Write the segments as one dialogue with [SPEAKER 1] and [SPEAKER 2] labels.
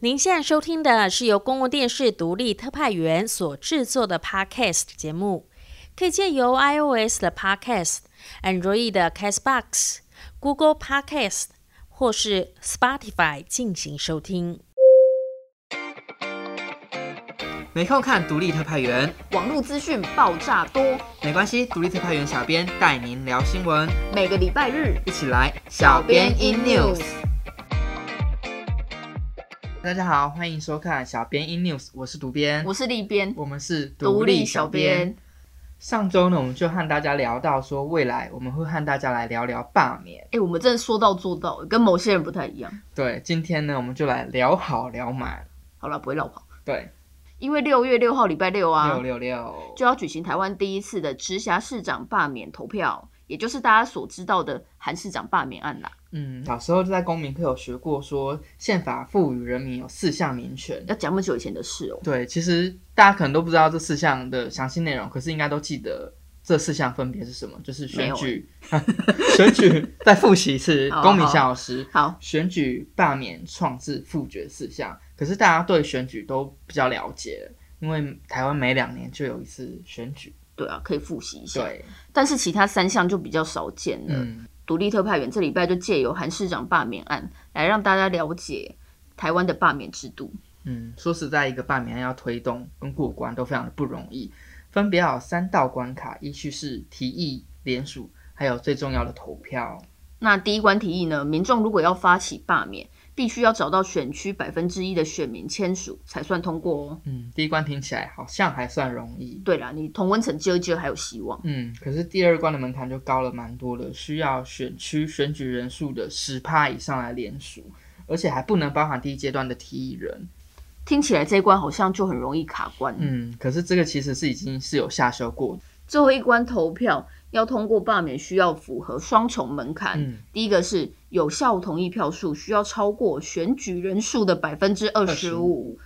[SPEAKER 1] 您现在收听的是由公共电视独立特派员所制作的 Podcast 节目，可以借由 iOS 的 Podcast、Android 的 Castbox、Google Podcast 或是 Spotify 进行收听。
[SPEAKER 2] 没空看独立特派员，
[SPEAKER 3] 网络资讯爆炸多，
[SPEAKER 2] 没关系，独立特派员小编带您聊新闻，
[SPEAKER 3] 每个礼拜日
[SPEAKER 2] 一起来。
[SPEAKER 3] 小编 in news
[SPEAKER 2] 大家好，欢迎收看小编 in news，我是独编，
[SPEAKER 3] 我是立编，
[SPEAKER 2] 我们是
[SPEAKER 3] 独立小编。。
[SPEAKER 2] 上周呢，我们就和大家聊到说，未来我们会和大家来聊聊罢免。
[SPEAKER 3] 哎、我们真的说到做到，跟某些人不太一样。
[SPEAKER 2] 对，今天呢，我们就来聊好聊满。
[SPEAKER 3] 好了，不会绕跑，
[SPEAKER 2] 对，
[SPEAKER 3] 因为六月六号礼拜六啊
[SPEAKER 2] 六，六六，
[SPEAKER 3] 就要举行台湾第一次的直辖市长罢免投票，也就是大家所知道的韩市长罢免案啦。
[SPEAKER 2] 嗯，小时候就在公民课有学过说宪法赋予人民有四项民权。
[SPEAKER 3] 要讲很久以前的事哦、
[SPEAKER 2] 对，其实大家可能都不知道这四项的详细内容，可是应该都记得这四项分别是什么，就是
[SPEAKER 3] 没
[SPEAKER 2] 选
[SPEAKER 3] 有欸
[SPEAKER 2] 举， 选 举再复习一次，
[SPEAKER 3] 好
[SPEAKER 2] 公民小时，
[SPEAKER 3] 好，
[SPEAKER 2] 选举、罢免、创制、复决四项。可是大家对选举都比较了解，因为台湾每两年就有一次选举。
[SPEAKER 3] 对啊，可以复习一下。
[SPEAKER 2] 对，
[SPEAKER 3] 但是其他三项就比较少见了。
[SPEAKER 2] 嗯，
[SPEAKER 3] 独立特派员这礼拜就借由韩市长罢免案来让大家了解台湾的罢免制度。
[SPEAKER 2] 嗯，说实在，一个罢免案要推动跟过关都非常的不容易，分别要有三道关卡，依序是提议、联署，还有最重要的投票。
[SPEAKER 3] 那第一关提议呢，民众如果要发起罢免，必须要找到选区百分之一的选民签署才算通过哦。
[SPEAKER 2] 嗯，第一关听起来好像还算容易，
[SPEAKER 3] 对啦，你同温层揪一揪还有希望。
[SPEAKER 2] 嗯，可是第二关的门槛就高了蛮多了，需要选区选举人数的十趴以上来联署，而且还不能包含第一阶段的提议人。
[SPEAKER 3] 听起来这一关好像就很容易卡关。
[SPEAKER 2] 嗯，可是这个其实是已经是有下修过的，
[SPEAKER 3] 最后一关投票要通过罢免，需要符合双重门槛。
[SPEAKER 2] 嗯
[SPEAKER 3] 第一个是有效同意票数需要超过选举人数的百分之二十五。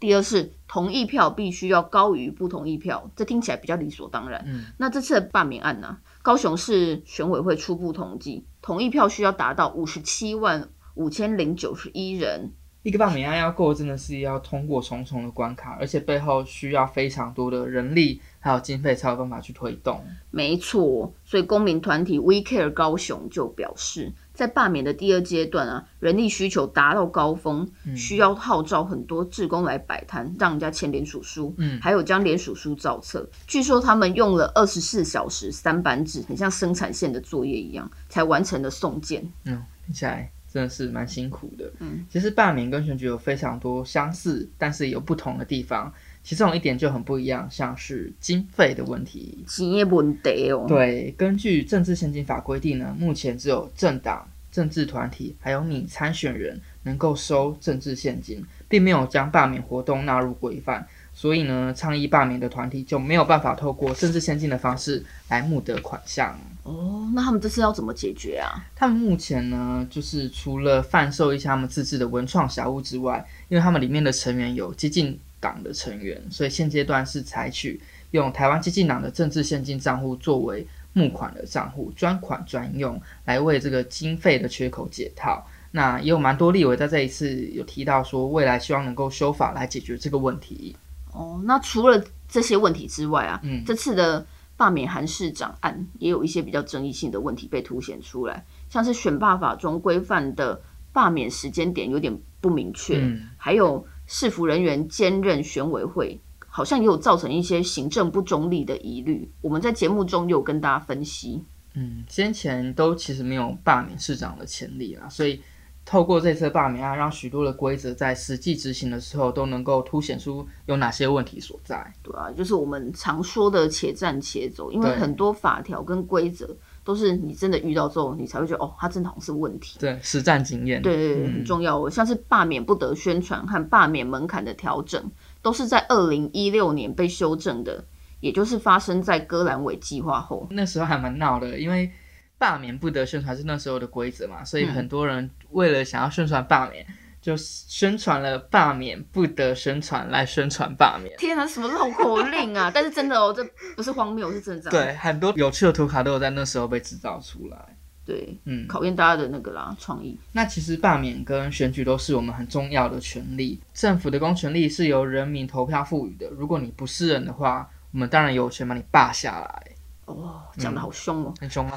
[SPEAKER 3] 第二是同意票必须要高于不同意票，这听起来比较理所当然。
[SPEAKER 2] 嗯
[SPEAKER 3] 那这次的罢免案呢、高雄市选委会初步统计，同意票需要达到五十七万五千零九十一人。
[SPEAKER 2] 一个罢免案要过，真的是要通过重重的关卡，而且背后需要非常多的人力还有经费才有办法去推动。
[SPEAKER 3] 没错，所以公民团体 We Care 高雄就表示，在罢免的第二阶段啊，人力需求达到高峰，需要号召很多志工来摆摊，让人家签联署书，
[SPEAKER 2] 嗯
[SPEAKER 3] 还有将联署书造册。据说他们用了二十四小时三班制，很像生产线的作业一样，才完成了送件。
[SPEAKER 2] 嗯，听起来真的是蛮辛苦的。
[SPEAKER 3] 嗯，
[SPEAKER 2] 其实罢免跟选举有非常多相似，但是有不同的地方。其中有一点就很不一样，像是经费的问题。
[SPEAKER 3] 企业问题哦，
[SPEAKER 2] 对，根据政治献金法规定呢，目前只有政党、政治团体还有你参选人能够收政治现金，并没有将罢免活动纳入规范。所以呢，倡议罢免的团体就没有办法透过政治现金的方式来募得款项。
[SPEAKER 3] 哦，那他们这次要怎么解决啊？
[SPEAKER 2] 他们目前呢，就是除了贩售一些他们自制的文创小物之外，因为他们里面的成员有激进党的成员，所以现阶段是采取用台湾激进党的政治现金账户作为募款的账户，专款专用，来为这个经费的缺口解套。那也有蛮多立委在这一次有提到说，未来希望能够修法来解决这个问题。
[SPEAKER 3] 哦，那除了这些问题之外啊，
[SPEAKER 2] 嗯
[SPEAKER 3] 这次的罢免韩市长案也有一些比较争议性的问题被凸显出来，像是选罢法中规范的罢免时间点有点不明确，
[SPEAKER 2] 嗯
[SPEAKER 3] 还有市服人员兼任选委会。好像也有造成一些行政不中立的疑虑，我们在节目中也有跟大家分析。
[SPEAKER 2] 嗯，先前都其实没有罢免市长的潜力啦，所以透过这次的罢免案，让许多的规则在实际执行的时候都能够凸显出有哪些问题所在。
[SPEAKER 3] 对啊，就是我们常说的且战且走，因为
[SPEAKER 2] 对
[SPEAKER 3] 很多法条跟规则都是你真的遇到之后，你才会觉得哦，它真的好像是问题。
[SPEAKER 2] 对，实战经验。
[SPEAKER 3] 对对对，很重要哦。像是罢免不得宣传和罢免门槛的调整，都是在二零一六年被修正的，也就是发生在戈兰韦计划后。
[SPEAKER 2] 那时候还蛮闹的，因为罢免不得宣传是那时候的规则嘛，所以
[SPEAKER 3] 嗯
[SPEAKER 2] 很多人为了想要宣传罢免，就宣传了罢免不得宣传来宣传罢免。
[SPEAKER 3] 天啊，什么绕口令啊！ 但是真的哦，这不是荒谬，是真的这样。
[SPEAKER 2] 对，很多有趣的图卡都有在那时候被制造出来。
[SPEAKER 3] 对，
[SPEAKER 2] 嗯，
[SPEAKER 3] 考验大家的那个啦创意。
[SPEAKER 2] 那其实罢免跟选举都是我们很重要的权利。政府的公权力是由人民投票赋予的，如果你不是人的话，我们当然有权把你罢下来，
[SPEAKER 3] 哦，讲的好凶哦！
[SPEAKER 2] 很凶啊。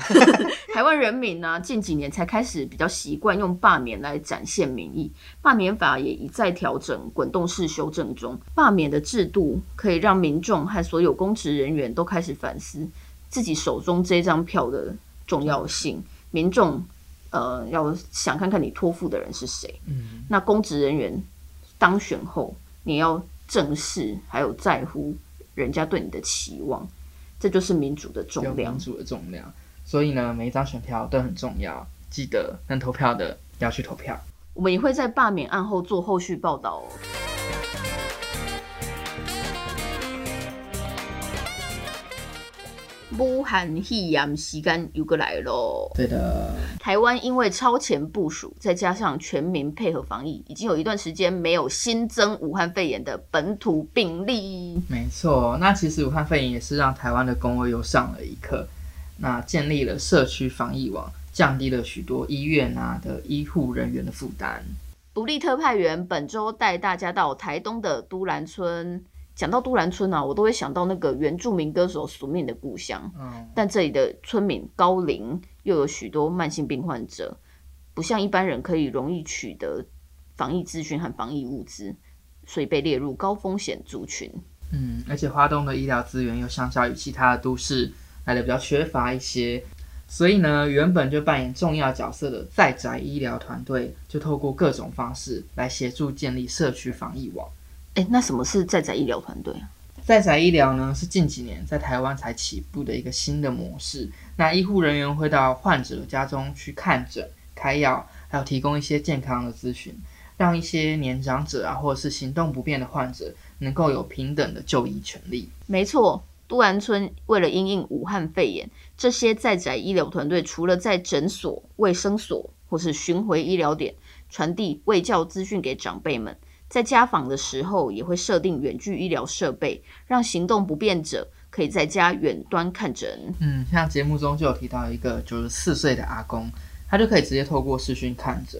[SPEAKER 3] 台湾人民呢、近几年才开始比较习惯用罢免来展现民意，罢免法也一再调整、滚动式修正中。罢免的制度可以让民众和所有公职人员都开始反思自己手中这张票的重要性。民众呃，要想看看你托付的人是谁。
[SPEAKER 2] 嗯，
[SPEAKER 3] 那公职人员当选后，你要正视还有在乎人家对你的期望，这就是民主的
[SPEAKER 2] 有
[SPEAKER 3] 重量
[SPEAKER 2] 民。主的重量，所以呢，每一张选票都很重要。记得能投票的要去投票。
[SPEAKER 3] 我们也会在罢免案后做后续报道哦。武汉肺炎时间又过来喽。
[SPEAKER 2] 对的，
[SPEAKER 3] 台湾因为超前部署，再加上全民配合防疫，已经有一段时间没有新增武汉肺炎的本土病例。
[SPEAKER 2] 没错。那其实武汉肺炎也是让台湾的工位又上了一课，那建立了社区防疫网，降低了许多医院啊的医护人员的负担。
[SPEAKER 3] 独立特派员本周带大家到台东的都兰村。讲到都兰村啊，我都会想到那个原住民歌手苏敏的故乡。
[SPEAKER 2] 嗯，
[SPEAKER 3] 但这里的村民高龄，又有许多慢性病患者，不像一般人可以容易取得防疫资讯和防疫物资，所以被列入高风险族群。
[SPEAKER 2] 嗯，而且花东的医疗资源又相较于其他的都市来的比较缺乏一些，呃所以呢，原本就扮演重要角色的在宅医疗团队，就透过各种方式来协助建立社区防疫网。
[SPEAKER 3] 哎，那什么是在宅医疗团队啊？
[SPEAKER 2] 在宅医疗呢，是近几年在台湾才起步的一个新的模式。那医护人员会到患者家中去看诊、开药，还有提供一些健康的咨询，让一些年长者啊，或者是行动不便的患者，能够有平等的就医权利。
[SPEAKER 3] 没错，都兰村为了因应武汉肺炎，这些在宅医疗团队除了在诊所、卫生所或是巡回医疗点传递卫教资讯给长辈们，在家访的时候也会设定远距医疗设备，让行动不便者可以在家远端看诊。
[SPEAKER 2] 嗯，像节目中就有提到一个九十四岁的阿公，他就可以直接透过视讯看着，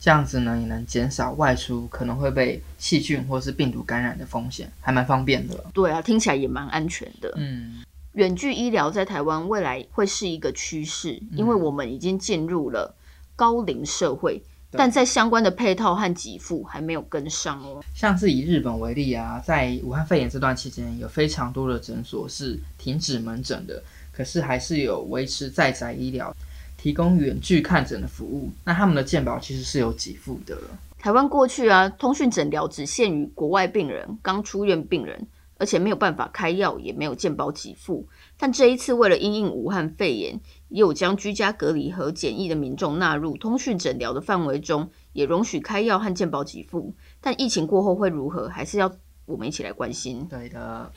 [SPEAKER 2] 这样子呢也能减少外出可能会被细菌或是病毒感染的风险，还蛮方便的。
[SPEAKER 3] 对啊，听起来也蛮安全的。
[SPEAKER 2] 嗯，
[SPEAKER 3] 远距医疗在台湾未来会是一个趋势，因
[SPEAKER 2] 嗯
[SPEAKER 3] 为我们已经进入了高龄社会，
[SPEAKER 2] 对
[SPEAKER 3] 但在相关的配套和给付还没有跟上哦。
[SPEAKER 2] 像是以日本为例啊，在武汉肺炎这段期间，有非常多的诊所是停止门诊的，可是还是有维持在宅医疗，提供远距看诊的服务。那他们的健保其实是有给付的。
[SPEAKER 3] 台湾过去啊，通讯诊疗只限于国外病人、刚出院病人，而且没有办法开药，也没有健保给付。但这一次，为了因应武汉肺炎，也有将居家隔离和检疫的民众纳入通讯诊疗的范围中，也容许开药和健保给付。但疫情过后会如何，还是要我们一起来关心。
[SPEAKER 2] 对的，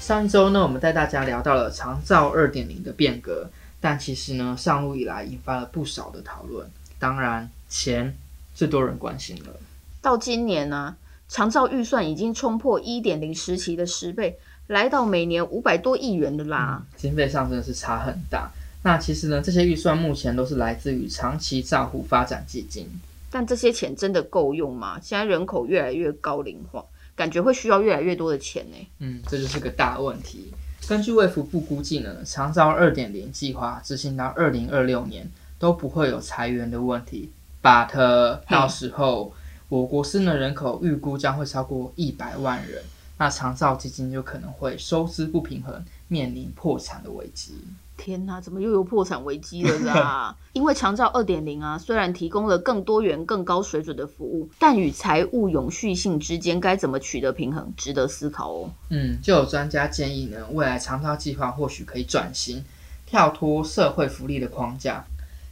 [SPEAKER 2] 上一周呢，我们带大家聊到了长照二点零的变革，但其实呢，上路以来引发了不少的讨论。当然，钱最多人关心了。
[SPEAKER 3] 到今年呢、长照预算已经冲破一点零时期的十倍，来到每年五百多亿元的啦。
[SPEAKER 2] 经费上真的是差很大。那其实呢，这些预算目前都是来自于长期照护发展基金。
[SPEAKER 3] 但这些钱真的够用吗？现在人口越来越高龄化，感觉会需要越来越多的钱呢、
[SPEAKER 2] 嗯，这就是个大问题。根据卫福部估计呢，长照二点零计划执行到二零二六年都不会有裁员的问题。But 到时候，我国私人人口预估将会超过一百万人，那长照基金就可能会收支不平衡，面临破产的危机。
[SPEAKER 3] 天哪，怎么又有破产危机了啦？ 因为长照二点零啊，虽然提供了更多元、更高水准的服务，但与财务永续性之间该怎么取得平衡，值得思考哦。
[SPEAKER 2] 嗯，就有专家建议呢，未来长照计划或许可以转型，跳脱社会福利的框架，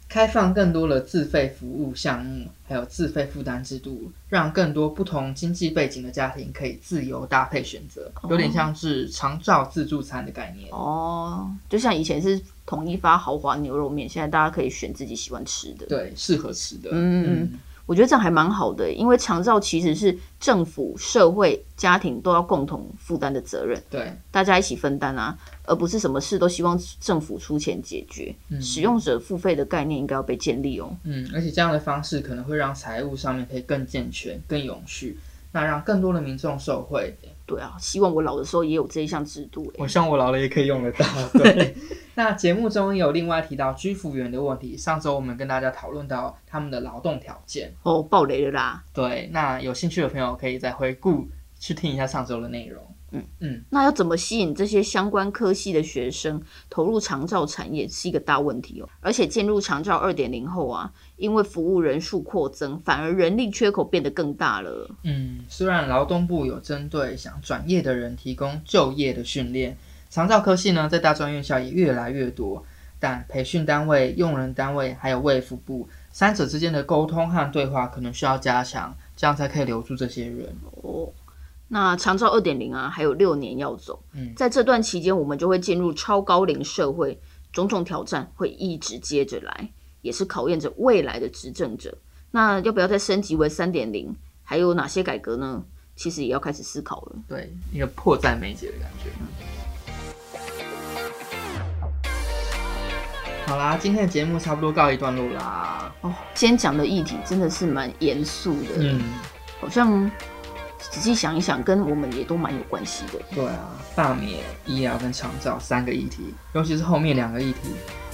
[SPEAKER 2] 开放更多的自费服务项目，还有自费负担制度，让更多不同经济背景的家庭可以自由搭配选择，有点像是长照自助餐的概念。
[SPEAKER 3] 哦，就像以前是统一发豪华牛肉面，现在大家可以选自己喜欢吃的。
[SPEAKER 2] 对，适合吃的。
[SPEAKER 3] 嗯嗯，我觉得这样还蛮好的，因为长照其实是政府、社会、家庭都要共同负担的责任，
[SPEAKER 2] 对，
[SPEAKER 3] 大家一起分担啊，而不是什么事都希望政府出钱解决。
[SPEAKER 2] 嗯
[SPEAKER 3] 使用者付费的概念应该要被建立哦。
[SPEAKER 2] 嗯，而且这样的方式可能会让财务上面可以更健全、更永续，那让更多的民众受惠。
[SPEAKER 3] 对啊，希望我老的时候也有这一项制度、欸。
[SPEAKER 2] 我希望我老了也可以用得 到。哦对，那节目中有另外提到居服员的问题，上周我们跟大家讨论到他们的劳动条件。
[SPEAKER 3] 哦，爆雷了啦！
[SPEAKER 2] 对，那有兴趣的朋友可以再回顾去听一下上周的内容。
[SPEAKER 3] 那要怎么吸引这些相关科系的学生投入长照产业是一个大问题哦。而且进入长照二点零后啊，因为服务人数扩增，反而人力缺口变得更大了。
[SPEAKER 2] 嗯，虽然劳动部有针对想转业的人提供就业的训练，长照科系呢在大专院校也越来越多，但培训单位、用人单位还有卫福部三者之间的沟通和对话可能需要加强，这样才可以留住这些人。
[SPEAKER 3] 哦，那长照二点零啊，还有六年要走。
[SPEAKER 2] 嗯
[SPEAKER 3] 在这段期间，我们就会进入超高龄社会，种种挑战会一直接着来，也是考验着未来的执政者。那要不要再升级为三点零？还有哪些改革呢？其实也要开始思考了。
[SPEAKER 2] 对，一个迫在眉睫的感觉。好啦，今天的节目差不多告一段落啦。
[SPEAKER 3] 哦，今天讲的议题真的是蛮严肃的，
[SPEAKER 2] 嗯，
[SPEAKER 3] 好像仔细想一想，跟我们也都蛮有关系的。
[SPEAKER 2] 对啊，罢免、医疗跟长照三个议题，尤其是后面两个议题，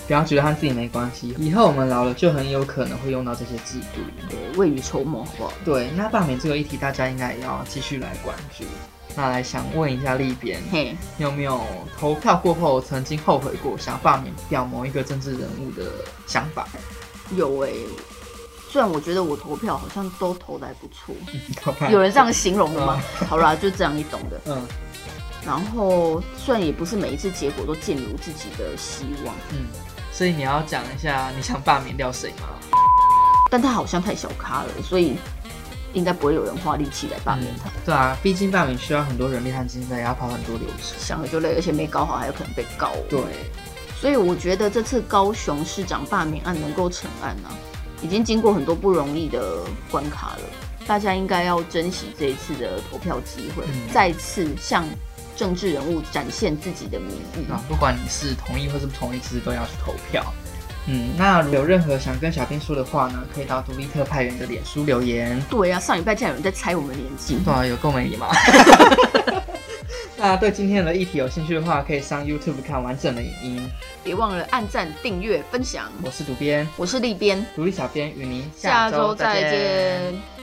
[SPEAKER 2] 不要觉得和自己没关系，以后我们老了就很有可能会用到这些制度。
[SPEAKER 3] 呃，未雨绸缪，好不好？
[SPEAKER 2] 对，那罢免这个议题，大家应该也要继续来关注。那来想问一下立边，
[SPEAKER 3] 嘿，
[SPEAKER 2] 你有没有投票过后曾经后悔过想罢免掉某一个政治人物的想法？
[SPEAKER 3] 有哎、虽然我觉得我投票好像都投的还不错，
[SPEAKER 2] 好吧
[SPEAKER 3] 有人这样形容的吗？好啦，就这样，你懂的。
[SPEAKER 2] 嗯
[SPEAKER 3] 然后虽然也不是每一次结果都尽如自己的希望，
[SPEAKER 2] 嗯，所以你要讲一下你想罢免掉谁吗？
[SPEAKER 3] 但他好像太小咖了，所以应该不会有人花力气来罢免他。
[SPEAKER 2] 对啊，毕竟罢免需要很多人力和经费，也要跑很多流程。
[SPEAKER 3] 想了就累，而且没搞好还有可能被告哦。
[SPEAKER 2] 对，
[SPEAKER 3] 所以我觉得这次高雄市长罢免案能够成案呢、已经经过很多不容易的关卡了。大家应该要珍惜这一次的投票机会，
[SPEAKER 2] 嗯
[SPEAKER 3] 再次向政治人物展现自己的民意。
[SPEAKER 2] 啊，不管你是同意或是不同意，其实都要去投票。嗯，那如果有任何想跟小编说的话呢，可以到独立特派员的脸书留言。
[SPEAKER 3] 对啊，上礼拜竟然有人在猜我们年纪。
[SPEAKER 2] 对啊，有够没礼貌。 那对今天的议题有兴趣的话，可以上 YouTube 看完整的影音。
[SPEAKER 3] 别忘了按赞、订阅、分享。
[SPEAKER 2] 我是主编
[SPEAKER 3] 我是立边，
[SPEAKER 2] 独立小编，与您
[SPEAKER 3] 下周再见。